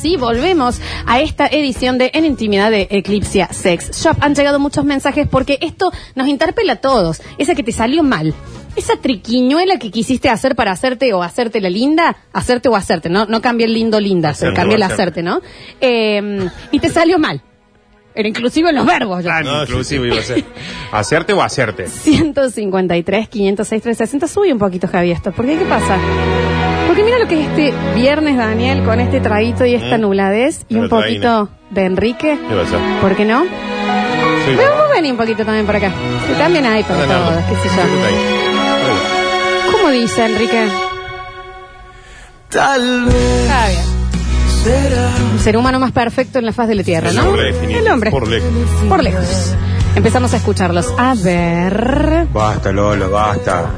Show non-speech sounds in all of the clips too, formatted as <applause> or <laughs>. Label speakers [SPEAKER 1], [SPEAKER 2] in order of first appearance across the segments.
[SPEAKER 1] sí, volvemos a esta edición de En Intimidad de Eclipsia Sex Shop. Han llegado muchos mensajes porque esto nos interpela a todos. Esa que te salió mal. Esa triquiñuela que quisiste hacer para hacerte o hacerte la linda, hacerte o hacerte, ¿no? No cambia el lindo linda,
[SPEAKER 2] Hacerte o
[SPEAKER 1] cambia el hacerte,
[SPEAKER 2] hacerte.
[SPEAKER 1] ¿no? Eh, y te salió mal. Era inclusive en los verbos. yo
[SPEAKER 2] Ah,
[SPEAKER 1] creo.
[SPEAKER 2] no, inclusivo iba a ser. ¿Hacerte o hacerte?
[SPEAKER 1] 153, 506, 360. Sube un poquito, Javi, esto. ¿Por qué? ¿Qué pasa? Porque mira lo que es este viernes, Daniel, con este traguito y esta
[SPEAKER 2] Mm.
[SPEAKER 1] nubladez y
[SPEAKER 2] Una
[SPEAKER 1] un poquito de Enrique.
[SPEAKER 2] ¿Qué pasa?
[SPEAKER 1] ¿Por qué no?
[SPEAKER 2] Sí.
[SPEAKER 1] Pero vos vení un poquito también para acá. Que también hay para
[SPEAKER 2] Leonardo.
[SPEAKER 1] todos, qué sé
[SPEAKER 2] Sí, está
[SPEAKER 1] yo.
[SPEAKER 2] ahí.
[SPEAKER 1] ¿Cómo dice Enrique?
[SPEAKER 3] Tal vez
[SPEAKER 1] Javi.
[SPEAKER 3] será
[SPEAKER 1] El ser humano más perfecto en la faz de la Tierra,
[SPEAKER 2] El
[SPEAKER 1] ¿no?
[SPEAKER 2] hombre definito.
[SPEAKER 1] El hombre.
[SPEAKER 2] Por lejos.
[SPEAKER 1] Por lejos. Empezamos a escucharlos. A ver.
[SPEAKER 4] Basta, Lola, basta.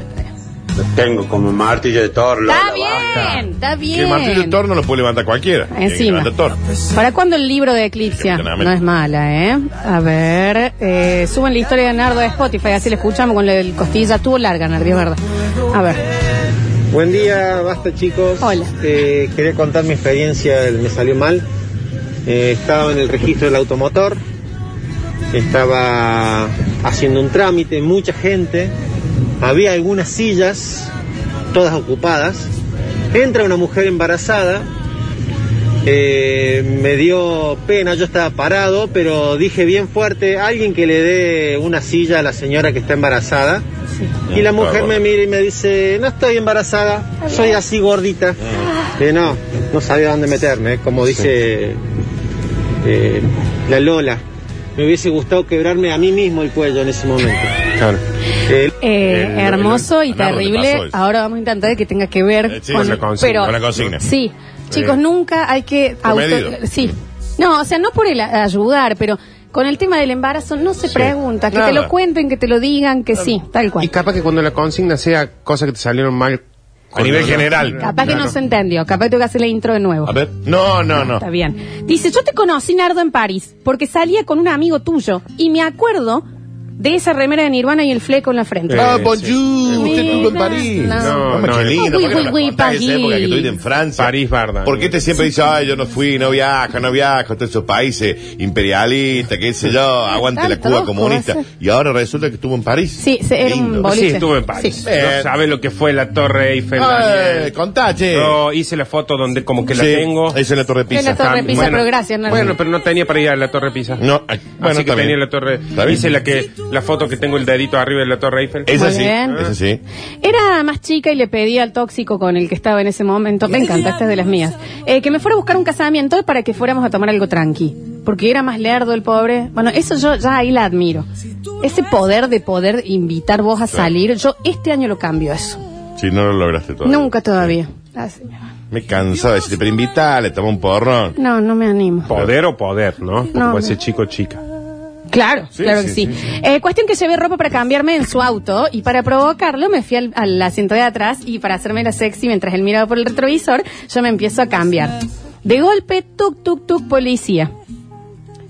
[SPEAKER 4] Lo tengo como martillo de toro, Lola,
[SPEAKER 1] Está
[SPEAKER 4] basta.
[SPEAKER 1] bien, está
[SPEAKER 2] Que el martillo de
[SPEAKER 1] bien.
[SPEAKER 2] Thor no lo puede levantar cualquiera.
[SPEAKER 1] Encima.
[SPEAKER 2] Levanta Thor.
[SPEAKER 1] ¿Para cuándo el libro de Eclipsia? No es mala, ¿eh? A ver, eh, suben la historia de Nardo a Spotify, así la escuchamos con el costilla. Tuvo larga, Nardi, es verdad. A ver, eh,
[SPEAKER 2] Eh,
[SPEAKER 5] Buen día, basta chicos.
[SPEAKER 1] Hola.
[SPEAKER 5] Eh, quería contar mi experiencia, el- me salió mal. Eh, estaba en el registro del automotor, estaba haciendo un trámite, mucha gente, había algunas sillas, todas ocupadas. Entra una mujer embarazada, eh, me dio pena, yo estaba parado, pero dije bien fuerte, alguien que le dé una silla a la señora que está embarazada. Y
[SPEAKER 6] Ah,
[SPEAKER 5] la mujer me mira y me dice, no estoy embarazada, soy así gordita. Eh, no, no sabía dónde meterme, eh, como dice eh, la Lola. Me hubiese gustado quebrarme a mí mismo el cuello en ese momento.
[SPEAKER 2] Claro.
[SPEAKER 5] Eh,
[SPEAKER 1] Eh,
[SPEAKER 2] El-
[SPEAKER 1] hermoso y
[SPEAKER 2] el- a Nardo le pasó
[SPEAKER 1] terrible.
[SPEAKER 2] eso.
[SPEAKER 1] Ahora vamos a intentar que tenga que ver
[SPEAKER 2] Eh, sí, con la consigna, con la consigna.
[SPEAKER 1] Sí, chicos,
[SPEAKER 2] Eh.
[SPEAKER 1] nunca hay que
[SPEAKER 2] Comedido.
[SPEAKER 1] Sí, no, o sea, no por el a- ayudar, pero con el tema del embarazo no se pregunta, que
[SPEAKER 2] Nada.
[SPEAKER 1] te lo cuenten, que te lo digan, que sí, tal cual.
[SPEAKER 7] Y capaz que cuando la consigna sea cosas que te salieron mal.
[SPEAKER 2] A nivel general.
[SPEAKER 1] Capaz que no se entendió, capaz que tengo que hacer la intro de nuevo.
[SPEAKER 2] A ver. No, no, no.
[SPEAKER 1] Está bien. Dice, yo te conocí, Nardo, en París, porque salía con un amigo tuyo y me acuerdo de esa remera de Nirvana y el fleco en la frente.
[SPEAKER 2] Ah, bonjour,
[SPEAKER 1] sí.
[SPEAKER 2] usted estuvo en París.
[SPEAKER 1] No.
[SPEAKER 2] No, no, qué lindo,
[SPEAKER 1] Uy,
[SPEAKER 2] ¿por qué no
[SPEAKER 1] uy,
[SPEAKER 2] la
[SPEAKER 1] uy,
[SPEAKER 2] contás esa época que
[SPEAKER 1] París.
[SPEAKER 2] estuviste en Francia?
[SPEAKER 7] París, Barda.
[SPEAKER 2] ¿Por qué te siempre dice, ay, yo no fui, no viajo, no viajo, todos esos países imperialistas, qué sé yo, aguante la
[SPEAKER 1] Tanto
[SPEAKER 2] Cuba
[SPEAKER 1] ojo,
[SPEAKER 2] comunista?
[SPEAKER 1] ese.
[SPEAKER 2] Y ahora resulta que estuvo en París.
[SPEAKER 1] Sí, se- era un
[SPEAKER 2] Lindo.
[SPEAKER 1] boliche.
[SPEAKER 7] Sí, estuve en París.
[SPEAKER 1] Sí.
[SPEAKER 2] Eh.
[SPEAKER 7] No sabes lo que fue la Torre Eiffel.
[SPEAKER 2] Ay,
[SPEAKER 7] Daniel.
[SPEAKER 2] contá, che.
[SPEAKER 7] Yo hice la foto donde como que la
[SPEAKER 2] Sí,
[SPEAKER 7] tengo.
[SPEAKER 2] Esa es la Torre Pisa.
[SPEAKER 1] Es la Torre
[SPEAKER 7] Tam-
[SPEAKER 1] Pisa, pero gracias, Nardo.
[SPEAKER 7] Bueno, pero no tenía para ir a la Torre Pisa.
[SPEAKER 2] No, ah, bueno,
[SPEAKER 7] Así que
[SPEAKER 2] está bien.
[SPEAKER 7] tenía la Torre.
[SPEAKER 2] Está bien.
[SPEAKER 7] Hice la que la foto que tengo el dedito arriba de la Torre Eiffel.
[SPEAKER 2] Esa
[SPEAKER 1] Muy
[SPEAKER 2] sí,
[SPEAKER 1] bien.
[SPEAKER 2] esa sí.
[SPEAKER 1] Era más chica y le pedí al tóxico con el que estaba en ese momento, me encanta, esta es de las mías, eh, que me fuera a buscar un casamiento para que fuéramos a tomar algo tranqui. Porque era más lerdo el pobre. Bueno, eso yo ya ahí la admiro. Ese poder de poder invitar vos a salir, yo este año lo cambio eso.
[SPEAKER 2] Sí, no lo lograste todavía.
[SPEAKER 1] Nunca todavía. Ah, Así me va.
[SPEAKER 2] Me cansó de decirte, pero invitale, toma un porrón.
[SPEAKER 1] No, no me animo.
[SPEAKER 7] Poder o poder, ¿no? Porque
[SPEAKER 1] No,
[SPEAKER 7] puede ser
[SPEAKER 1] no.
[SPEAKER 7] chico o chica.
[SPEAKER 1] Claro,
[SPEAKER 2] Sí,
[SPEAKER 1] claro
[SPEAKER 2] sí,
[SPEAKER 1] que sí.
[SPEAKER 2] sí, sí.
[SPEAKER 1] Eh, cuestión que llevé ropa para cambiarme en su auto y para provocarlo me fui al, al asiento de atrás y para hacerme la sexy mientras él miraba por el retrovisor, yo me empiezo a cambiar. De golpe, tuk, tuk, tuk, policía.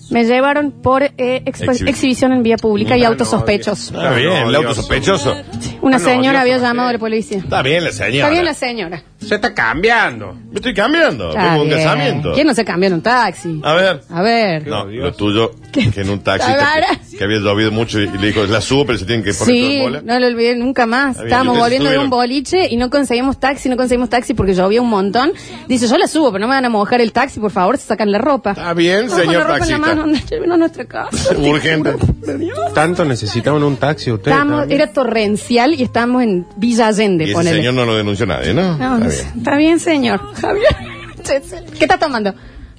[SPEAKER 1] Me llevaron por eh, expo-
[SPEAKER 2] Exhibi-
[SPEAKER 1] exhibición en vía pública y
[SPEAKER 7] Ah,
[SPEAKER 1] autos
[SPEAKER 7] no,
[SPEAKER 1] sospechosos.
[SPEAKER 2] Está
[SPEAKER 7] Ah,
[SPEAKER 2] bien,
[SPEAKER 7] no,
[SPEAKER 2] el auto
[SPEAKER 7] Dios.
[SPEAKER 2] sospechoso.
[SPEAKER 1] Una señora
[SPEAKER 7] Ah, no, odioso,
[SPEAKER 1] había
[SPEAKER 7] ¿por qué?
[SPEAKER 1] llamado a la policía.
[SPEAKER 2] Está bien la señora.
[SPEAKER 1] Está bien la señora.
[SPEAKER 7] Se está cambiando.
[SPEAKER 2] Me estoy cambiando.
[SPEAKER 1] Está
[SPEAKER 2] Tengo un
[SPEAKER 1] bien.
[SPEAKER 2] casamiento.
[SPEAKER 1] ¿Quién no se cambió en un taxi?
[SPEAKER 7] Ah.
[SPEAKER 2] A ver.
[SPEAKER 1] A ver.
[SPEAKER 2] No,
[SPEAKER 7] Dios.
[SPEAKER 2] lo tuyo, que en un
[SPEAKER 1] Tabara.
[SPEAKER 2] taxista que, que había llovido mucho y le dijo, la subo, pero se tienen que poner todo
[SPEAKER 1] Sí,
[SPEAKER 2] en bola.
[SPEAKER 1] no lo olvidé nunca más.
[SPEAKER 2] Está bien,
[SPEAKER 1] Estábamos
[SPEAKER 2] ustedes
[SPEAKER 1] volviendo de un
[SPEAKER 2] estuvieron.
[SPEAKER 1] boliche y no conseguimos taxi, no conseguimos taxi porque llovía un montón. Dice, yo la subo, pero no me van a mojar el taxi, por favor, se sacan la ropa.
[SPEAKER 2] Está bien,
[SPEAKER 1] No,
[SPEAKER 2] señor
[SPEAKER 1] con la ropa en la
[SPEAKER 2] taxista.
[SPEAKER 1] mano, <laughs>
[SPEAKER 2] <laughs>
[SPEAKER 1] anda, llévenos a nuestra casa.
[SPEAKER 2] Urgente.
[SPEAKER 7] Tanto necesitaban un taxi ustedes.
[SPEAKER 1] Estábamos-
[SPEAKER 7] también.
[SPEAKER 1] era torrencial y estábamos en Villa Allende,
[SPEAKER 2] Y ese
[SPEAKER 1] ponele.
[SPEAKER 2] señor no lo denunció nadie, ¿no?
[SPEAKER 1] No,
[SPEAKER 2] Está
[SPEAKER 1] no sé.
[SPEAKER 2] bien.
[SPEAKER 1] está bien, señor. Javier. <laughs> ¿Qué estás tomando?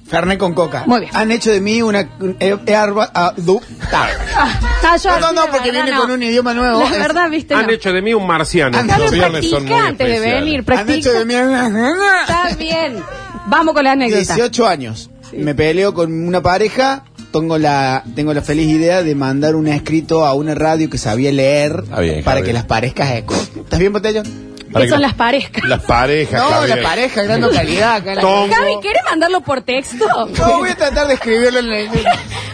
[SPEAKER 3] Fernet con coca.
[SPEAKER 1] Muy bien.
[SPEAKER 3] Han hecho de mí una... eh, eh, arba- ah, du- ta.
[SPEAKER 1] Ah, yo
[SPEAKER 3] No, no,
[SPEAKER 1] así,
[SPEAKER 3] no,
[SPEAKER 1] la
[SPEAKER 3] porque
[SPEAKER 1] verdad,
[SPEAKER 3] viene
[SPEAKER 1] no.
[SPEAKER 3] con un idioma nuevo.
[SPEAKER 1] La verdad, viste.
[SPEAKER 7] Han
[SPEAKER 1] no.
[SPEAKER 7] hecho de mí un marciano.
[SPEAKER 3] Han-
[SPEAKER 1] Carlos,
[SPEAKER 2] Los viernes son muy
[SPEAKER 1] practica antes de
[SPEAKER 2] especiales.
[SPEAKER 1] venir.
[SPEAKER 3] Han hecho
[SPEAKER 1] Practica.
[SPEAKER 3] de mí una...
[SPEAKER 1] Está bien. Vamos con la anécdota.
[SPEAKER 3] 18 años. Me peleo con una pareja. Tengo la, tengo la feliz idea de mandar un escrito a una radio que sabía leer
[SPEAKER 2] Está bien,
[SPEAKER 3] para
[SPEAKER 2] Javier.
[SPEAKER 3] que las parezcas eco. ¿Estás bien, Botello?
[SPEAKER 2] Para
[SPEAKER 1] Que son
[SPEAKER 2] no-
[SPEAKER 1] las parejas.
[SPEAKER 2] Las parejas,
[SPEAKER 3] No,
[SPEAKER 2] Javier.
[SPEAKER 3] la pareja, gran calidad acá. la-
[SPEAKER 7] Tom.
[SPEAKER 1] Javi, ¿querés mandarlo por texto?
[SPEAKER 3] No, voy a tratar de escribirlo en la...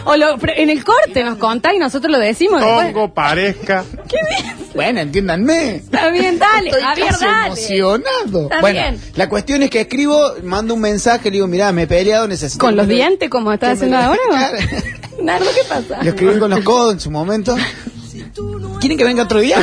[SPEAKER 1] O lo- pre- en el corte nos contás y nosotros lo decimos. después.
[SPEAKER 7] Tongo, pareja.
[SPEAKER 3] Bueno, entiéndanme.
[SPEAKER 1] Está bien, dale,
[SPEAKER 3] Estoy
[SPEAKER 1] Javier,
[SPEAKER 3] casi
[SPEAKER 1] dale.
[SPEAKER 3] emocionado.
[SPEAKER 1] Está
[SPEAKER 3] bueno,
[SPEAKER 1] bien.
[SPEAKER 3] la cuestión es que escribo, mando un mensaje, le digo, mirá, me he peleado, necesito...
[SPEAKER 1] Con los
[SPEAKER 3] que me-
[SPEAKER 1] dientes como estás
[SPEAKER 3] que me
[SPEAKER 1] haciendo
[SPEAKER 3] lo-
[SPEAKER 1] ahora.
[SPEAKER 3] Claro.
[SPEAKER 1] Nardo, ¿qué pasa?
[SPEAKER 3] Lo escribí con los codos en su momento. ¿Quieren que venga otro día?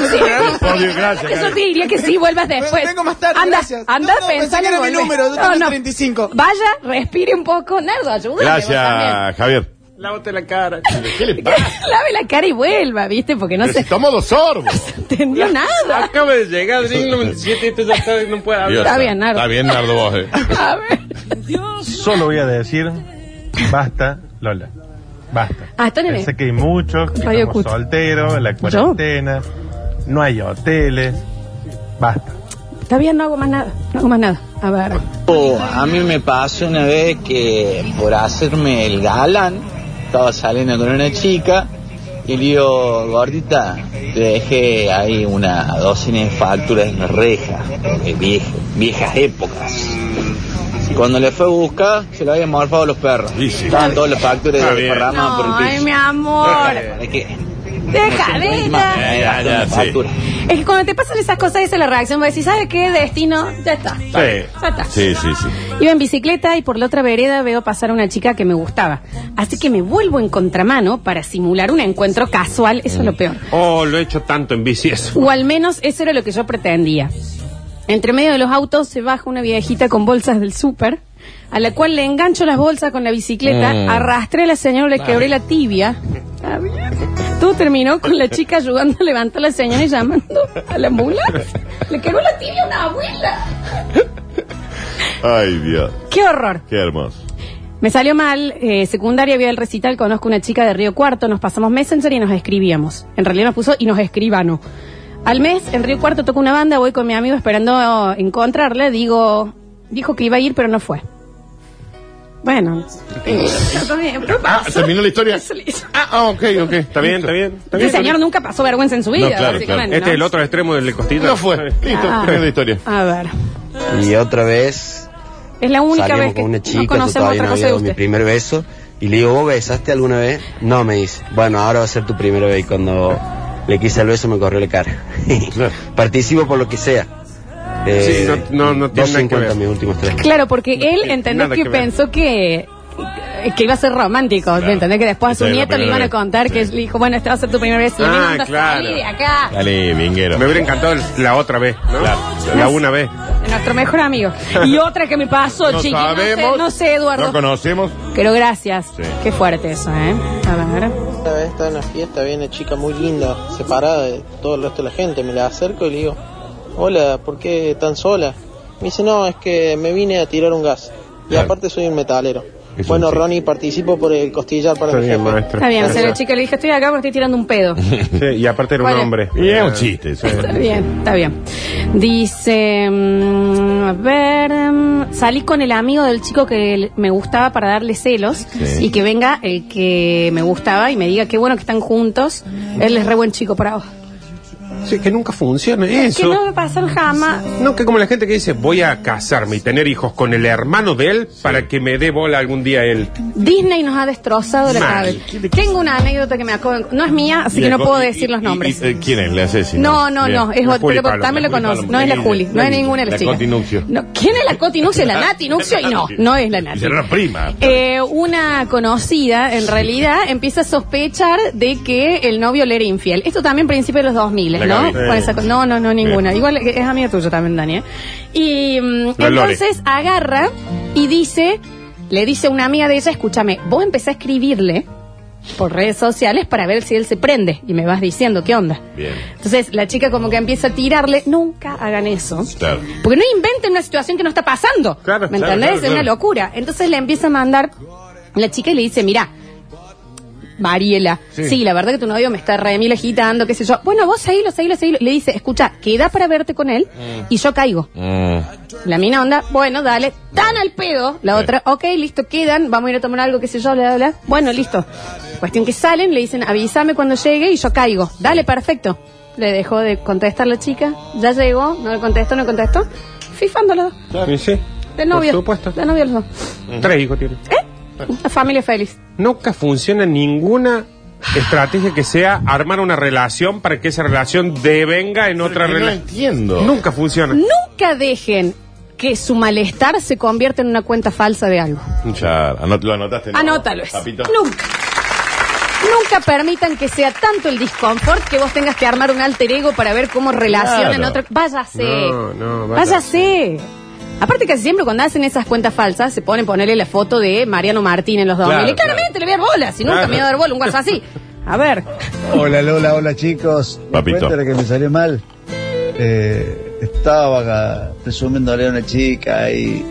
[SPEAKER 7] Por Dios, gracias.
[SPEAKER 1] Eso
[SPEAKER 7] Javier.
[SPEAKER 1] te diría que sí, vuelvas después.
[SPEAKER 3] Vengo más tarde,
[SPEAKER 1] Anda,
[SPEAKER 3] gracias.
[SPEAKER 1] anda,
[SPEAKER 3] No, no, me
[SPEAKER 1] pensá que
[SPEAKER 3] sacaron mi
[SPEAKER 1] volvés.
[SPEAKER 3] número, yo tengo 35.
[SPEAKER 1] Vaya, respire un poco. Nardo, ayúdame.
[SPEAKER 2] Gracias, Javier.
[SPEAKER 7] Lávate la cara.
[SPEAKER 2] ¿Qué le
[SPEAKER 1] vos también.
[SPEAKER 2] pasa?
[SPEAKER 1] Que <laughs> Lave la cara y vuelva, ¿viste? Porque no
[SPEAKER 2] Pero si
[SPEAKER 1] se
[SPEAKER 2] tomó dos sorbos.
[SPEAKER 1] <laughs> entendió nada.
[SPEAKER 7] Acaba de llegar el siglo 97 y tú ya estás- no puedes hablar.
[SPEAKER 1] Está bien, Nardo.
[SPEAKER 2] Está bien, Nardo, vos. eh.
[SPEAKER 1] A ver.
[SPEAKER 6] Solo voy a decir, basta, Lola. Basta.
[SPEAKER 1] Ah, está en el-
[SPEAKER 6] Sé que hay muchos que
[SPEAKER 1] Radio
[SPEAKER 6] estamos
[SPEAKER 1] Cut.
[SPEAKER 6] solteros, en la cuarentena, no hay hoteles. Basta.
[SPEAKER 1] Está bien, no hago más nada. No hago más nada. A ver.
[SPEAKER 8] Oh, a mí me pasó una vez que por hacerme el galán, estaba saliendo con una chica y le digo, gordita, te dejé ahí una docena de facturas en la reja, de vieja- viejas épocas. Cuando le fue a buscar, se lo habían morfado los perros.
[SPEAKER 2] Y sí.
[SPEAKER 8] Estaban todas las facturas
[SPEAKER 2] Está
[SPEAKER 8] de
[SPEAKER 2] bien.
[SPEAKER 9] Ah,
[SPEAKER 8] Ferrama por el
[SPEAKER 1] Ay, mi
[SPEAKER 8] piso.
[SPEAKER 9] <laughs>
[SPEAKER 1] amor.
[SPEAKER 9] Eh.
[SPEAKER 8] ¿Para qué?
[SPEAKER 1] Deja de
[SPEAKER 8] Más,
[SPEAKER 1] ir.
[SPEAKER 8] eh,
[SPEAKER 2] Ya, ya,
[SPEAKER 8] las
[SPEAKER 2] sí.
[SPEAKER 8] facturas.
[SPEAKER 1] Es que cuando te pasan esas cosas, esa es la reacción. Vas a decir, ¿sabes qué? Destino, ya está. Ya está.
[SPEAKER 2] Sí, sí, sí.
[SPEAKER 1] Iba en bicicleta y por la otra vereda veo pasar a una chica que me gustaba. Así que me vuelvo en contramano para simular un encuentro casual. Eso es lo peor.
[SPEAKER 7] Oh, lo he hecho tanto en bici eso.
[SPEAKER 1] O al menos eso era lo que yo pretendía. Entre medio de los autos se baja una viejita con bolsas del súper, a la cual le engancho las bolsas con la bicicleta, arrastré a la señora, le quebré la tibia. Está bien. Todo terminó con la chica ayudando <laughs> a levantar a la señora y llamando a la ambulancia. Le quebró la tibia a una abuela.
[SPEAKER 2] Ay, Dios.
[SPEAKER 1] ¡Qué horror!
[SPEAKER 2] Qué hermoso.
[SPEAKER 1] Me salió mal, eh, secundaria había el recital, conozco una chica de Río Cuarto, nos pasamos Messenger y nos escribíamos. En realidad nos puso y nos escribano. Al mes, en Río Cuarto toco una banda, voy con mi amigo esperando encontrarle, digo, dijo que iba a ir pero no fue. Bueno, eh, pero
[SPEAKER 2] Ah,
[SPEAKER 1] pasó.
[SPEAKER 2] terminó la historia.
[SPEAKER 1] Eso le hizo.
[SPEAKER 2] Ah, ah, ok, ok.
[SPEAKER 7] Está bien, está bien. Está bien
[SPEAKER 1] Este señor nunca pasó vergüenza en su vida,
[SPEAKER 2] No, claro,
[SPEAKER 1] básicamente,
[SPEAKER 7] Este
[SPEAKER 1] ¿no?
[SPEAKER 7] es el otro extremo del costillito.
[SPEAKER 2] No
[SPEAKER 7] <laughs>
[SPEAKER 2] fue. Listo,
[SPEAKER 1] Ah.
[SPEAKER 2] terminó la historia.
[SPEAKER 1] A ver,
[SPEAKER 4] Y otra vez
[SPEAKER 1] es la única
[SPEAKER 4] salimos
[SPEAKER 1] vez que
[SPEAKER 4] con una
[SPEAKER 1] no
[SPEAKER 4] chica, yo
[SPEAKER 1] conocemos
[SPEAKER 4] todavía
[SPEAKER 1] otra
[SPEAKER 4] no
[SPEAKER 1] cosa
[SPEAKER 4] había
[SPEAKER 1] de
[SPEAKER 4] dado mi
[SPEAKER 1] usted.
[SPEAKER 4] primer beso. Y le digo, ¿vos besaste alguna vez? No, me dice. Bueno, ahora va a ser tu primera vez. Y cuando le quise el beso me corrió la cara. <laughs> Participo por lo que sea.
[SPEAKER 7] Sí, no- no- no tiene nada que
[SPEAKER 4] 2.50
[SPEAKER 7] ver.
[SPEAKER 4] mis últimos tres.
[SPEAKER 1] Claro, porque él,
[SPEAKER 7] tiene
[SPEAKER 1] ¿entendés
[SPEAKER 7] nada
[SPEAKER 1] que,
[SPEAKER 7] que ver.
[SPEAKER 1] pensó que que iba a ser romántico, ¿me ¿entendés? Que después a su
[SPEAKER 2] Sí, la
[SPEAKER 1] nieto le
[SPEAKER 2] primera
[SPEAKER 1] iban a
[SPEAKER 2] vez.
[SPEAKER 1] contar que le dijo, bueno, esta va a ser tu primera vez, y le
[SPEAKER 7] Ah,
[SPEAKER 1] digo, "Anda,
[SPEAKER 7] claro.
[SPEAKER 1] salí de acá,
[SPEAKER 2] Dale, vinguero.
[SPEAKER 7] Me hubiera encantado el- la otra vez, ¿no? La una vez.
[SPEAKER 1] nuestro mejor amigo. Y otra que me pasó,
[SPEAKER 2] No
[SPEAKER 1] chiqui, no sé,
[SPEAKER 2] sabemos.
[SPEAKER 1] no sé, Eduardo,
[SPEAKER 2] No conocemos.
[SPEAKER 1] pero gracias.
[SPEAKER 2] Sí.
[SPEAKER 1] Qué fuerte eso, ¿eh? A ver.
[SPEAKER 10] Esta vez estaba en la fiesta, había una chica muy linda, separada de todo el resto de la gente. Me la acerco y le digo, hola, ¿por qué tan sola? Me dice, no, es que me vine a tirar un gas. Y
[SPEAKER 2] Claro.
[SPEAKER 10] aparte soy un metalero.
[SPEAKER 2] Es
[SPEAKER 10] bueno,
[SPEAKER 2] un chico.
[SPEAKER 10] Ronnie, participo por el costillar para
[SPEAKER 7] Está
[SPEAKER 10] mi
[SPEAKER 7] bien,
[SPEAKER 10] jefe.
[SPEAKER 7] maestro.
[SPEAKER 1] Está bien, o sea, la
[SPEAKER 7] Gracias.
[SPEAKER 1] chica le dije, estoy acá porque estoy tirando un pedo.
[SPEAKER 7] Sí, y aparte era un
[SPEAKER 1] Bueno.
[SPEAKER 7] hombre.
[SPEAKER 2] Y es un chiste. eso.
[SPEAKER 1] Está bien, está bien. Dice, mm, a ver, mm, salí con el amigo del chico que l- me gustaba para darle celos
[SPEAKER 2] Sí.
[SPEAKER 1] y que venga el que me gustaba y me diga qué bueno que están juntos. Él es re buen chico para vos.
[SPEAKER 7] Sí, que nunca funciona
[SPEAKER 1] Que
[SPEAKER 7] eso.
[SPEAKER 1] no me pasó jamás.
[SPEAKER 7] No, que como la gente que dice, voy a casarme y tener hijos con el hermano de él para que me dé bola algún día él.
[SPEAKER 1] Disney nos ha destrozado la
[SPEAKER 7] Mal.
[SPEAKER 1] cabeza. Tengo una anécdota que me acabo de- No es mía, así que no puedo decir los
[SPEAKER 2] Y- y-
[SPEAKER 1] nombres.
[SPEAKER 2] y- eh, ¿Quién es? ¿Le asesino?
[SPEAKER 1] No, no,
[SPEAKER 2] Bien.
[SPEAKER 1] no, es
[SPEAKER 7] La
[SPEAKER 1] otro,
[SPEAKER 7] Juli
[SPEAKER 1] pero
[SPEAKER 7] Paloma,
[SPEAKER 1] también
[SPEAKER 7] la
[SPEAKER 1] lo
[SPEAKER 7] Juli
[SPEAKER 1] conozco.
[SPEAKER 7] Paloma.
[SPEAKER 1] No es la
[SPEAKER 2] La
[SPEAKER 1] Juli, no es
[SPEAKER 2] Ninja,
[SPEAKER 1] ninguna de las
[SPEAKER 2] la
[SPEAKER 1] chicas.
[SPEAKER 2] Coti Nuccio.
[SPEAKER 1] No, ¿Quién es la Coti Nuccio?
[SPEAKER 2] <laughs>
[SPEAKER 1] ¿La Nati Nuccio? Y no, no es la Nati.
[SPEAKER 2] Era una prima.
[SPEAKER 1] Eh, una conocida, en realidad, empieza a sospechar de que el novio le era infiel. Esto también principio de los 2000,
[SPEAKER 2] La
[SPEAKER 1] ¿no?
[SPEAKER 2] Gaby.
[SPEAKER 1] Con esa co- no, no, no, ninguna.
[SPEAKER 2] Bien.
[SPEAKER 1] Igual es amiga tuya también, Dani. ¿eh? Y mm,
[SPEAKER 7] La Lore.
[SPEAKER 1] entonces agarra y dice, le dice a una amiga de ella, escúchame, vos empecé a escribirle por redes sociales para ver si él se prende y me vas diciendo qué onda.
[SPEAKER 2] Bien.
[SPEAKER 1] Entonces la chica como que empieza a tirarle, nunca hagan eso.
[SPEAKER 2] Claro.
[SPEAKER 1] Porque no inventen una situación que no está pasando.
[SPEAKER 7] Claro,
[SPEAKER 1] ¿Me
[SPEAKER 7] claro,
[SPEAKER 1] entendés?
[SPEAKER 7] claro, claro.
[SPEAKER 1] Es una locura. Entonces le empieza a mandar la chica y le dice, mira, Mariela, sí. la verdad que tu novio me está re mil agitando, qué sé yo. Bueno, vos seguilo, seguilo, seguilo. Le dice, escucha, queda para verte con él
[SPEAKER 7] Ah.
[SPEAKER 1] y yo caigo.
[SPEAKER 2] Mm.
[SPEAKER 1] La mina onda, bueno, dale, tan al pedo. La otra, ok, listo, quedan, vamos a ir a tomar algo, qué sé yo, bla, bla, bla. Bueno, listo. Cuestión que salen, le dicen, avísame cuando llegue y yo caigo. Dale, perfecto. le dejó de contestar la chica, ya llegó, no le contestó, no le contestó, fifándolo.
[SPEAKER 7] Sí, sí.
[SPEAKER 1] De novio.
[SPEAKER 7] Por supuesto.
[SPEAKER 1] De novio los dos.
[SPEAKER 7] Tres hijos tiene.
[SPEAKER 1] Una familia feliz.
[SPEAKER 7] Nunca funciona ninguna estrategia que sea armar una relación para que esa relación devenga en otra
[SPEAKER 2] Porque no
[SPEAKER 7] relación.
[SPEAKER 2] entiendo.
[SPEAKER 7] Nunca funciona.
[SPEAKER 1] Nunca dejen que su malestar se convierta en una cuenta falsa de algo.
[SPEAKER 2] Ya, anot- lo anotaste. ¿no?
[SPEAKER 1] Anótalo eso.
[SPEAKER 2] Papito.
[SPEAKER 1] Nunca. Nunca permitan que sea tanto el disconfort que vos tengas que armar un alter ego para ver cómo relacionan
[SPEAKER 2] Claro.
[SPEAKER 1] otro. Váyase.
[SPEAKER 7] No, no,
[SPEAKER 1] váyase. Aparte que siempre cuando hacen esas cuentas falsas se ponen ponerle la foto de Mariano Martín en los dos.
[SPEAKER 7] Claro,
[SPEAKER 1] y claramente le voy a dar bola, si nunca
[SPEAKER 7] Claro.
[SPEAKER 1] me iba a dar bola, un guaso así. A ver,
[SPEAKER 11] Hola Lola, hola chicos. Me
[SPEAKER 2] Papito.
[SPEAKER 11] cuenta la que me salió mal. Eh, estaba acá presumiéndole a una chica y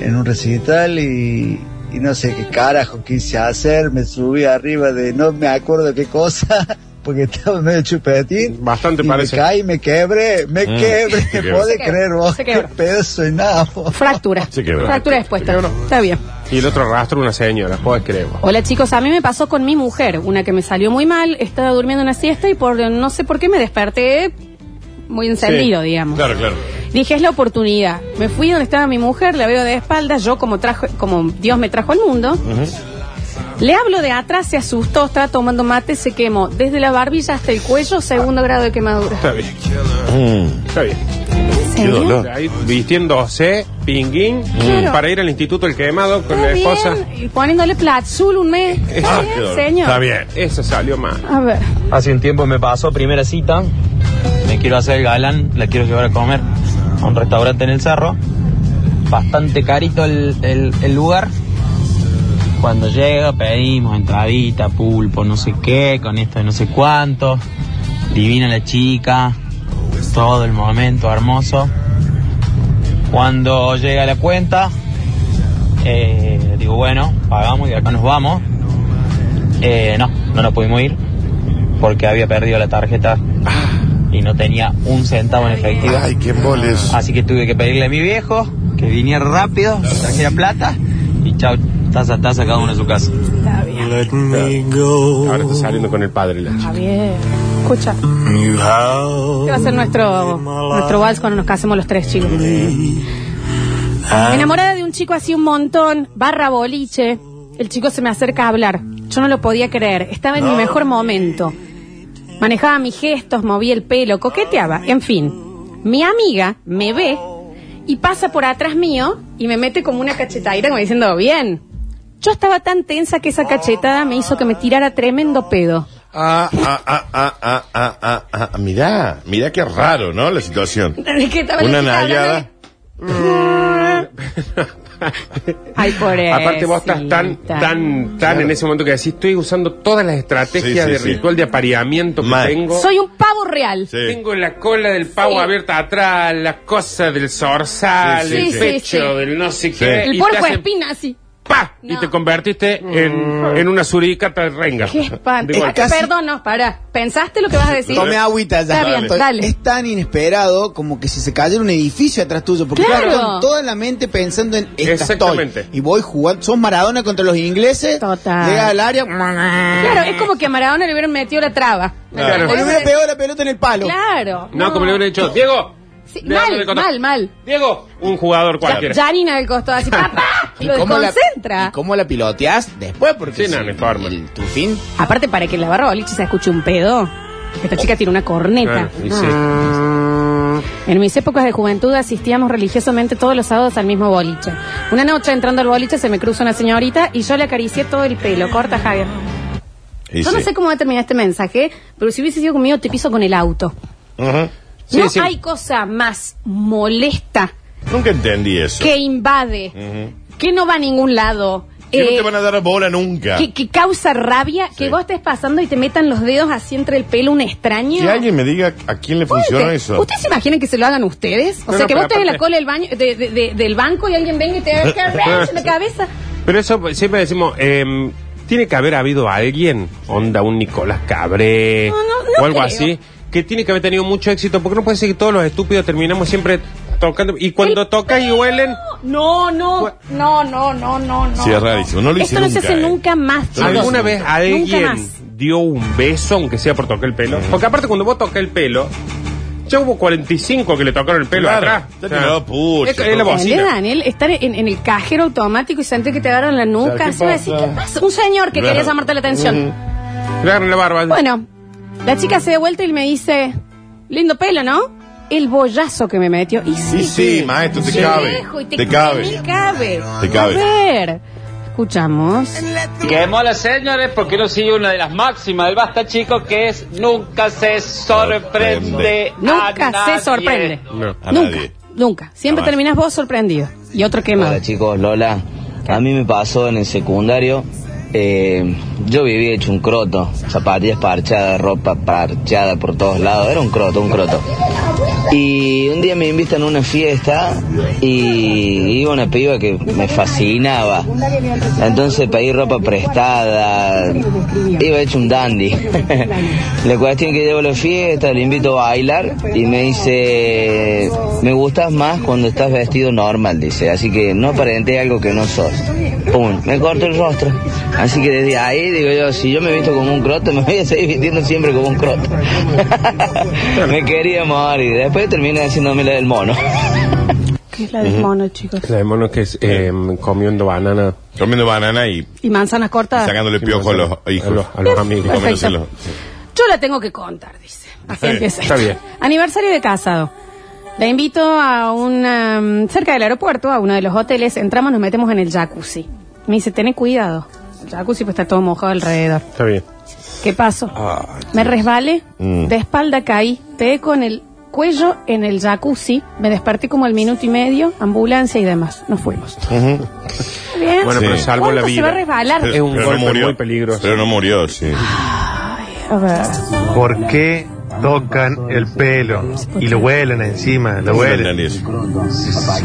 [SPEAKER 11] en un recital y, y no sé qué carajo quise hacer. Me subí arriba de no me acuerdo qué cosa <laughs> porque estaba medio chupetín.
[SPEAKER 7] Bastante
[SPEAKER 11] y
[SPEAKER 7] parece.
[SPEAKER 11] Me caí, me quebré, me
[SPEAKER 2] Mm,
[SPEAKER 11] quebré.
[SPEAKER 2] se quebró.
[SPEAKER 11] ¿Podés
[SPEAKER 1] <laughs> Se quebró,
[SPEAKER 11] creer vos?
[SPEAKER 1] se
[SPEAKER 11] Qué
[SPEAKER 1] quebró.
[SPEAKER 11] pedazo de nabo.
[SPEAKER 1] fractura.
[SPEAKER 2] Se quebró.
[SPEAKER 1] Fractura expuesta. Está bien.
[SPEAKER 7] Y el otro rastro una señora, joder, creo.
[SPEAKER 1] Hola chicos, a mí me pasó con mi mujer, una que me salió muy mal, estaba durmiendo una siesta y por no sé por qué me desperté muy encendido, digamos.
[SPEAKER 2] Claro, claro.
[SPEAKER 1] Dije, es la oportunidad. Me fui donde estaba mi mujer, la veo de espaldas, yo como trajo, como Dios me trajo al mundo. Le hablo de atrás, se asustó, estaba tomando mate, se quemó. Desde la barbilla hasta el cuello, segundo grado de quemadura.
[SPEAKER 7] Está bien,
[SPEAKER 2] Mm,
[SPEAKER 7] está bien.
[SPEAKER 1] Ah.
[SPEAKER 2] qué
[SPEAKER 1] Señor.
[SPEAKER 2] dolor.
[SPEAKER 7] Ahí vistiéndose, pinguín,
[SPEAKER 1] Claro.
[SPEAKER 7] para ir al instituto el quemado con
[SPEAKER 1] Está
[SPEAKER 7] la
[SPEAKER 1] bien,
[SPEAKER 7] esposa.
[SPEAKER 1] Y poniéndole platzul un mes. Está
[SPEAKER 2] Ah,
[SPEAKER 1] bien,
[SPEAKER 2] qué dolor.
[SPEAKER 1] señor.
[SPEAKER 7] Está bien, eso salió mal.
[SPEAKER 1] A ver.
[SPEAKER 5] Hace un tiempo me pasó, primera cita, me quiero hacer el galán, la quiero llevar a comer a un restaurante en el cerro, bastante carito el, el- el lugar. Cuando llega pedimos entradita, pulpo, no sé qué, con esto de no sé cuánto, divina la chica, todo el momento hermoso. Cuando llega la cuenta, eh, digo bueno, pagamos y acá nos vamos. Eh, no, no nos pudimos ir porque había perdido la tarjeta y no tenía un centavo en efectivo.
[SPEAKER 2] Ay, qué boles.
[SPEAKER 5] Así que tuve que pedirle a mi viejo que viniera rápido, trajera plata y chao, taza, taza, cada uno a su casa.
[SPEAKER 1] Está bien. Oh.
[SPEAKER 7] Ahora está saliendo con el padre. <laughs> la chica.
[SPEAKER 1] Está bien. Escucha. Este va a ser nuestro, nuestro vals cuando nos casemos los tres chicos. Enamorada de un chico así un montón, barra boliche. El chico se me acerca a hablar. Yo no lo podía creer. Estaba en mi mejor momento. Manejaba mis gestos, movía el pelo, coqueteaba. En fin, mi amiga me ve y pasa por atrás mío y me mete como una cachetadita como diciendo, bien. Yo estaba tan tensa que esa cachetada me hizo que me tirara tremendo pedo.
[SPEAKER 2] Ah, ah, ah, ah, ah, ah, ah, ah, ah. Mirá, mirá qué raro, ¿no? La situación.
[SPEAKER 1] Que estaba la
[SPEAKER 2] Una
[SPEAKER 1] chica
[SPEAKER 2] nayada.
[SPEAKER 3] Mm.
[SPEAKER 1] Ay, por eso.
[SPEAKER 7] Aparte vos estás tan, tan, tan en ese momento que decís, estoy usando todas las estrategias
[SPEAKER 2] Sí, sí,
[SPEAKER 7] de
[SPEAKER 2] sí.
[SPEAKER 7] ritual de apareamiento que
[SPEAKER 2] Mal.
[SPEAKER 7] tengo.
[SPEAKER 1] Soy un pavo real.
[SPEAKER 2] Sí.
[SPEAKER 7] Tengo la cola del pavo
[SPEAKER 1] Sí.
[SPEAKER 7] abierta atrás, las cosas del zorzal,
[SPEAKER 2] Sí, sí,
[SPEAKER 7] el
[SPEAKER 2] sí.
[SPEAKER 7] pecho,
[SPEAKER 1] Sí, sí.
[SPEAKER 7] del no sé
[SPEAKER 2] Sí.
[SPEAKER 7] qué.
[SPEAKER 1] El
[SPEAKER 7] y te
[SPEAKER 1] porco
[SPEAKER 7] hacen
[SPEAKER 1] espina, así.
[SPEAKER 7] ¡pa! Y
[SPEAKER 1] No. Mm.
[SPEAKER 7] te convertiste en, en una suricata de renga.
[SPEAKER 1] Qué espanto. Eh,
[SPEAKER 7] De golpe.
[SPEAKER 3] casi-
[SPEAKER 1] Perdón, no, para. ¿Pensaste lo que vas a decir?
[SPEAKER 3] Tome agüita ya.
[SPEAKER 1] Está bien,
[SPEAKER 3] Entonces,
[SPEAKER 1] dale.
[SPEAKER 3] Es tan inesperado como que si se cayera un edificio atrás tuyo. Porque
[SPEAKER 1] Claro.
[SPEAKER 3] claro, con toda la mente pensando en esta
[SPEAKER 7] Exactamente.
[SPEAKER 3] estoy. Y voy jugando. Sos Maradona contra los ingleses.
[SPEAKER 1] Total.
[SPEAKER 3] Llega al área.
[SPEAKER 1] Claro, es como que a Maradona le hubieran metido la traba.
[SPEAKER 7] Claro.
[SPEAKER 3] Porque me hubiera pegado la pelota en el palo.
[SPEAKER 1] Claro.
[SPEAKER 7] No, como le hubiera dicho, Diego.
[SPEAKER 1] Sí,
[SPEAKER 7] Diego,
[SPEAKER 1] mal,
[SPEAKER 7] no le conozco.
[SPEAKER 1] mal, mal.
[SPEAKER 7] Diego, un jugador cualquiera.
[SPEAKER 1] Janina del costado,
[SPEAKER 3] <laughs>
[SPEAKER 1] así, papá,
[SPEAKER 3] ¿Y
[SPEAKER 1] lo
[SPEAKER 3] cómo la-
[SPEAKER 1] desconcentra.
[SPEAKER 3] y ¿Cómo la piloteas después? Porque
[SPEAKER 7] Sí, no,
[SPEAKER 3] si-
[SPEAKER 7] no hay forma.
[SPEAKER 3] el- tu fin.
[SPEAKER 1] Aparte, para que en la barra boliche se escuche un pedo, esta chica tiene una corneta. Ah.
[SPEAKER 7] Claro, y sí.
[SPEAKER 1] En mis épocas de juventud asistíamos religiosamente todos los sábados al mismo boliche. Una noche entrando al boliche se me cruzó una señorita y yo le acaricié todo el pelo. Corta, Javier.
[SPEAKER 2] Y
[SPEAKER 1] yo no
[SPEAKER 2] sí.
[SPEAKER 1] sé cómo va a terminar este mensaje, pero si hubiese sido conmigo te piso con el auto.
[SPEAKER 2] Ujú.
[SPEAKER 7] Sí,
[SPEAKER 1] no
[SPEAKER 7] sí.
[SPEAKER 1] hay cosa más molesta
[SPEAKER 2] Nunca entendí eso.
[SPEAKER 1] que invade, que no va a ningún lado,
[SPEAKER 2] Que no
[SPEAKER 1] eh,
[SPEAKER 2] te van a dar bola nunca.
[SPEAKER 1] que, que causa rabia, que vos estés pasando y te metan los dedos así entre el pelo un extraño.
[SPEAKER 2] Que alguien me diga a quién le funciona
[SPEAKER 1] Fuerte.
[SPEAKER 2] eso.
[SPEAKER 1] ¿Ustedes se imaginan que se lo hagan ustedes? O
[SPEAKER 7] No,
[SPEAKER 1] sea,
[SPEAKER 7] no,
[SPEAKER 1] que
[SPEAKER 7] pero
[SPEAKER 1] vos estés en la
[SPEAKER 7] aparte-
[SPEAKER 1] cola del, baño, de- de- de- del banco y alguien venga y te
[SPEAKER 2] <laughs>
[SPEAKER 1] haga "Arrancha en la cabeza.
[SPEAKER 7] Pero eso siempre decimos, em, tiene que haber habido alguien, onda un Nicolás Cabré
[SPEAKER 1] No, no, no
[SPEAKER 7] o algo
[SPEAKER 1] creo.
[SPEAKER 7] así, que tiene que haber tenido mucho éxito, porque no puede ser que todos los estúpidos terminamos siempre tocando. Y cuando tocas y huelen,
[SPEAKER 1] No, no, no, no, no, no, no.
[SPEAKER 2] Sí, es rarísimo. No lo hice
[SPEAKER 1] Esto no se
[SPEAKER 2] nunca,
[SPEAKER 1] hace
[SPEAKER 2] eh.
[SPEAKER 1] nunca más, chicos.
[SPEAKER 7] ¿alguna vez
[SPEAKER 1] Nunca
[SPEAKER 7] alguien
[SPEAKER 1] más.
[SPEAKER 7] dio un beso, aunque sea por tocar el pelo? Porque aparte cuando vos tocas el pelo, ya hubo 45 que le tocaron el pelo
[SPEAKER 2] Claro,
[SPEAKER 7] atrás.
[SPEAKER 2] ya te lo pucho,
[SPEAKER 7] es, es la
[SPEAKER 2] todo.
[SPEAKER 1] Daniel,
[SPEAKER 7] bocina.
[SPEAKER 1] Daniel, estar en, en el cajero automático y sentir que te agarran la
[SPEAKER 7] O sea,
[SPEAKER 1] nuca.
[SPEAKER 7] ¿qué
[SPEAKER 1] así, decís,
[SPEAKER 7] pasa?
[SPEAKER 1] ¿qué pasa? Un señor que
[SPEAKER 7] Claro.
[SPEAKER 1] quería llamarte la atención.
[SPEAKER 7] Le agarran la barba.
[SPEAKER 1] Bueno, la chica se da vuelta y me dice, lindo pelo, ¿no? El bollazo que me metió. Y sí,
[SPEAKER 2] Y sí, maestro, te
[SPEAKER 1] sí,
[SPEAKER 2] cabe.
[SPEAKER 1] viejo, y
[SPEAKER 2] Te cabe.
[SPEAKER 1] Te cabe.
[SPEAKER 2] Te cabe.
[SPEAKER 1] A ver, escuchamos.
[SPEAKER 12] Quemó a las señores porque no sigue una de las máximas del basta, chicos, que es nunca se sorprende.
[SPEAKER 1] Nunca
[SPEAKER 12] a Ah, nadie.
[SPEAKER 1] se sorprende.
[SPEAKER 12] A
[SPEAKER 1] nunca,
[SPEAKER 12] nadie.
[SPEAKER 1] nunca. Siempre terminás vos sorprendido. Y otro quemado.
[SPEAKER 9] Hola chicos, Lola. A mí me pasó en el secundario. eh, yo viví hecho un croto, zapatillas parchadas, ropa parchada por todos lados, era un croto, un croto. Y un día me invitan a una fiesta y iba una piba que me fascinaba. Entonces pedí ropa prestada, iba hecho un dandy. <laughs> la cuestión que llevo a la fiesta, le invito a bailar y me dice, me gustas más cuando estás vestido normal, dice, así que no aparenté algo que no sos. Pum, me corto el rostro. Así que desde ahí digo yo, si yo me visto como un croto, me voy a seguir vistiendo siempre como un croto. <laughs> me quería morir, después terminé haciéndome la del mono.
[SPEAKER 1] ¿Qué es la del
[SPEAKER 7] Ujú.
[SPEAKER 1] mono, chicos?
[SPEAKER 7] La de mono que es eh, comiendo banana.
[SPEAKER 2] Comiendo banana y
[SPEAKER 1] Y manzanas cortadas.
[SPEAKER 2] sacándole piojo a los hijos.
[SPEAKER 7] A los, a los amigos.
[SPEAKER 2] Y comiéndoselo.
[SPEAKER 1] Yo la tengo que contar, dice. Así empieza.
[SPEAKER 7] Está bien.
[SPEAKER 1] Aniversario de casado. La invito a una. mm, cerca del aeropuerto, a uno de los hoteles. Entramos, nos metemos en el jacuzzi. Me dice, tené cuidado. El jacuzzi pues está todo mojado alrededor.
[SPEAKER 7] Está bien.
[SPEAKER 1] ¿Qué pasó? me resbalé,
[SPEAKER 7] Mm.
[SPEAKER 1] de espalda caí, pegué con el cuello en el jacuzzi, me desperté como al minuto y medio, ambulancia y demás. Nos fuimos. Bien.
[SPEAKER 7] Bueno, pero
[SPEAKER 2] Sí.
[SPEAKER 7] salvo la
[SPEAKER 1] ¿Cuánto se
[SPEAKER 7] vida.
[SPEAKER 1] va a resbalar?
[SPEAKER 2] Pero-
[SPEAKER 7] es un
[SPEAKER 2] pero no
[SPEAKER 7] golpe
[SPEAKER 2] murió.
[SPEAKER 7] muy peligroso. Ah.
[SPEAKER 2] Pero no murió, sí.
[SPEAKER 1] A ver.
[SPEAKER 6] ¿Por qué tocan el pelo y lo huelen encima? Lo huelen. Si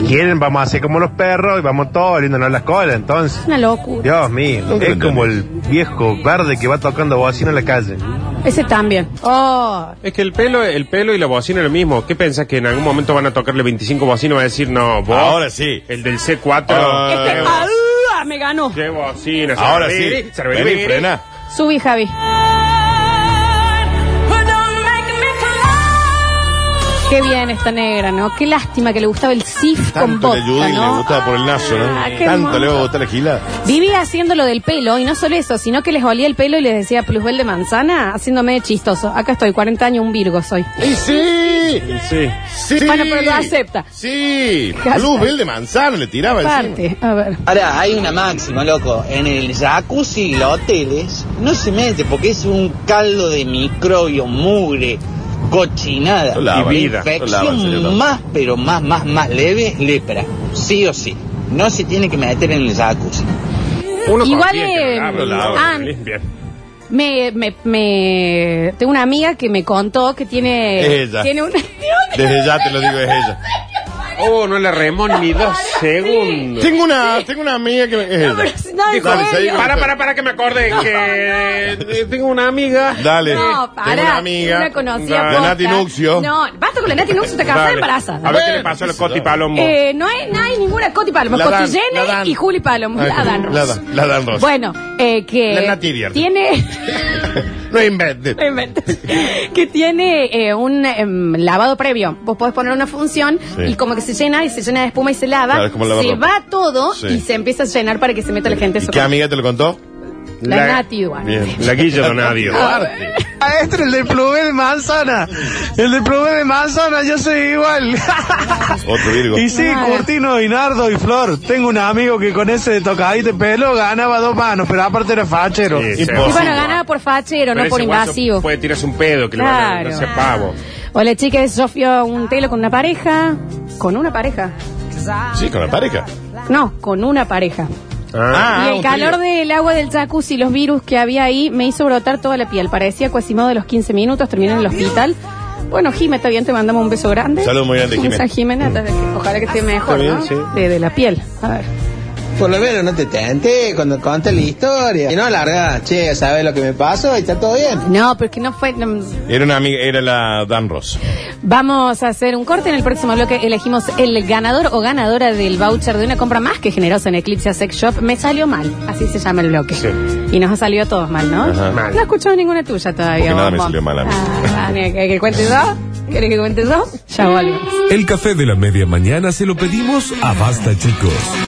[SPEAKER 6] quieren, vamos a hacer como los perros y vamos todos oliéndonos las colas. Entonces,
[SPEAKER 1] Una locura.
[SPEAKER 6] Dios mío, es como el viejo verde que va tocando bocina en la calle.
[SPEAKER 1] Ese también. Oh,
[SPEAKER 7] Es que el pelo, el pelo y la bocina es lo mismo. ¿Qué pensás que en algún momento van a tocarle 25 bocinas y va a decir, no, vos?
[SPEAKER 2] Ahora
[SPEAKER 7] sí. El del C4.
[SPEAKER 2] Eh,
[SPEAKER 1] este, ¡Ah! me ganó.
[SPEAKER 7] qué bocina.
[SPEAKER 2] Ahora sí.
[SPEAKER 7] Cervelli, Cervelli.
[SPEAKER 2] Vení, frena.
[SPEAKER 1] Subí, Javi. Qué bien esta negra, ¿no? Qué lástima que le gustaba el sif con
[SPEAKER 2] Tanto le ayuda
[SPEAKER 1] vodka,
[SPEAKER 2] y le
[SPEAKER 1] ¿no?
[SPEAKER 2] gustaba por el naso, ¿no?
[SPEAKER 1] Ah, qué
[SPEAKER 2] Tanto
[SPEAKER 1] hermoso.
[SPEAKER 2] le va a botar la gila.
[SPEAKER 1] Vivía haciendo lo del pelo, y no solo eso, sino que les olía el pelo y les decía plusbel de manzana, haciéndome de chistoso. Acá estoy, 40 años, un virgo soy.
[SPEAKER 2] ¡Y sí!
[SPEAKER 7] Sí.
[SPEAKER 2] sí.
[SPEAKER 1] Bueno, pero lo acepta.
[SPEAKER 2] Sí.
[SPEAKER 1] Casi.
[SPEAKER 2] Bluebell de manzana le tiraba encima.
[SPEAKER 1] Parte, a ver.
[SPEAKER 8] Ahora, hay una máxima, loco. En el jacuzzi y los hoteles no se mete porque es un caldo de microbio, mugre, cochinada.
[SPEAKER 2] Lo lavan,
[SPEAKER 8] La
[SPEAKER 2] lo lavan, señor, lo
[SPEAKER 8] infección
[SPEAKER 2] lavan.
[SPEAKER 8] más, pero más, más, más leve, lepra. Sí o sí. No se tiene que meter en el jacuzzi.
[SPEAKER 1] Igual eh, ah, me, me, me- tengo una amiga que me contó que tiene
[SPEAKER 7] Ella.
[SPEAKER 1] tiene <laughs> una
[SPEAKER 2] Desde ya te lo digo, es ella.
[SPEAKER 7] Oh, no le remo ni dos segundos.
[SPEAKER 2] Tengo una, tengo una amiga que me- es ella.
[SPEAKER 1] no, en
[SPEAKER 2] Dijo,
[SPEAKER 1] serio.
[SPEAKER 2] "Dale, seguí".
[SPEAKER 7] Para, para, para que me acorde que eh, tengo una amiga.
[SPEAKER 2] Dale.
[SPEAKER 1] No, pará,
[SPEAKER 2] Tengo una amiga.
[SPEAKER 1] una conocida
[SPEAKER 2] La
[SPEAKER 1] posta.
[SPEAKER 2] Nati Nuxio.
[SPEAKER 1] No, basta con la Nati Nuxio, te casas
[SPEAKER 7] Dale.
[SPEAKER 1] embarazada.
[SPEAKER 7] A ver qué le pasó a la Coti Palomo.
[SPEAKER 1] Eh, no, hay, no hay ninguna Coti Palomo,
[SPEAKER 7] La Dan,
[SPEAKER 1] Coti Jenner
[SPEAKER 7] la Dan.
[SPEAKER 1] y Juli Palomo, la Dan Ross.
[SPEAKER 2] La dan, la dan Rosa.
[SPEAKER 1] Bueno, eh, que
[SPEAKER 2] La Nati Iriarte.
[SPEAKER 1] tiene <laughs>
[SPEAKER 2] No inventes.
[SPEAKER 1] No inventes. que tiene eh, un em, lavado previo. Vos podés poner una función
[SPEAKER 2] Sí.
[SPEAKER 1] y como que se llena y se llena de espuma y se lava,
[SPEAKER 2] Claro, es como lavar
[SPEAKER 1] se
[SPEAKER 2] ropa.
[SPEAKER 1] va todo
[SPEAKER 2] Sí.
[SPEAKER 1] y se empieza a llenar para que se meta la gente.
[SPEAKER 2] ¿Y
[SPEAKER 1] sobre-
[SPEAKER 2] qué amiga te lo contó?
[SPEAKER 1] La Nati Duarte.
[SPEAKER 2] Bien.
[SPEAKER 7] La Guilla Donadio.
[SPEAKER 2] Duarte.
[SPEAKER 6] Maestro, el del plumé de manzana. El del plumé de manzana, yo soy igual.
[SPEAKER 2] Otro Virgo.
[SPEAKER 6] <laughs> Y sí, Curtino, Inardo y Flor. Tengo un amigo que con ese tocadito de pelo ganaba dos manos, pero aparte era fachero.
[SPEAKER 7] Sí, sí.
[SPEAKER 1] Y bueno, ganaba por fachero, no
[SPEAKER 7] Pero
[SPEAKER 1] por
[SPEAKER 7] ese guaso
[SPEAKER 1] invasivo.
[SPEAKER 7] Puede tirarse un pedo que
[SPEAKER 1] Claro.
[SPEAKER 7] le van a no sea pavo.
[SPEAKER 1] Hola chicas, yo fui a un telo con una pareja. ¿Con una pareja?
[SPEAKER 2] Sí, con la pareja.
[SPEAKER 1] No, con una pareja.
[SPEAKER 2] Ah,
[SPEAKER 1] y el
[SPEAKER 2] un
[SPEAKER 1] calor
[SPEAKER 2] trío.
[SPEAKER 1] del agua del jacuzzi y los virus que había ahí me hizo brotar toda la piel. Parecía cuasimado de los 15 minutos, terminé en el hospital. Bueno, Jimena, está bien, te mandamos un beso grande.
[SPEAKER 2] Saludos muy grande, Ah,
[SPEAKER 1] Un beso a Jimena, ojalá que esté mejor,
[SPEAKER 7] Está bien,
[SPEAKER 1] ¿no?
[SPEAKER 7] sí.
[SPEAKER 1] de, de la piel. A ver.
[SPEAKER 3] Por lo menos no te tente cuando contes la historia. Y no larga, che, ¿sabes lo que me pasó? Y está todo bien.
[SPEAKER 1] No, pero es que no fue. no-
[SPEAKER 2] Era una amiga, era la Dan Ross.
[SPEAKER 1] Vamos a hacer un corte en el próximo bloque. Elegimos el ganador o ganadora del voucher de una compra más que generosa en Eclipse Sex Shop. Me salió mal, así se llama el bloque. Y nos ha salido a todos mal, ¿no?
[SPEAKER 2] Ajá. Mal.
[SPEAKER 1] No he escuchado ninguna tuya todavía.
[SPEAKER 2] Porque nada me
[SPEAKER 1] bombo.
[SPEAKER 2] salió mal a mí.
[SPEAKER 1] Ah, Dani, ¿querés que cuente yo? ¿Querés que cuente yo? Ya volvemos.
[SPEAKER 6] El café de la media mañana se lo pedimos a Basta, chicos.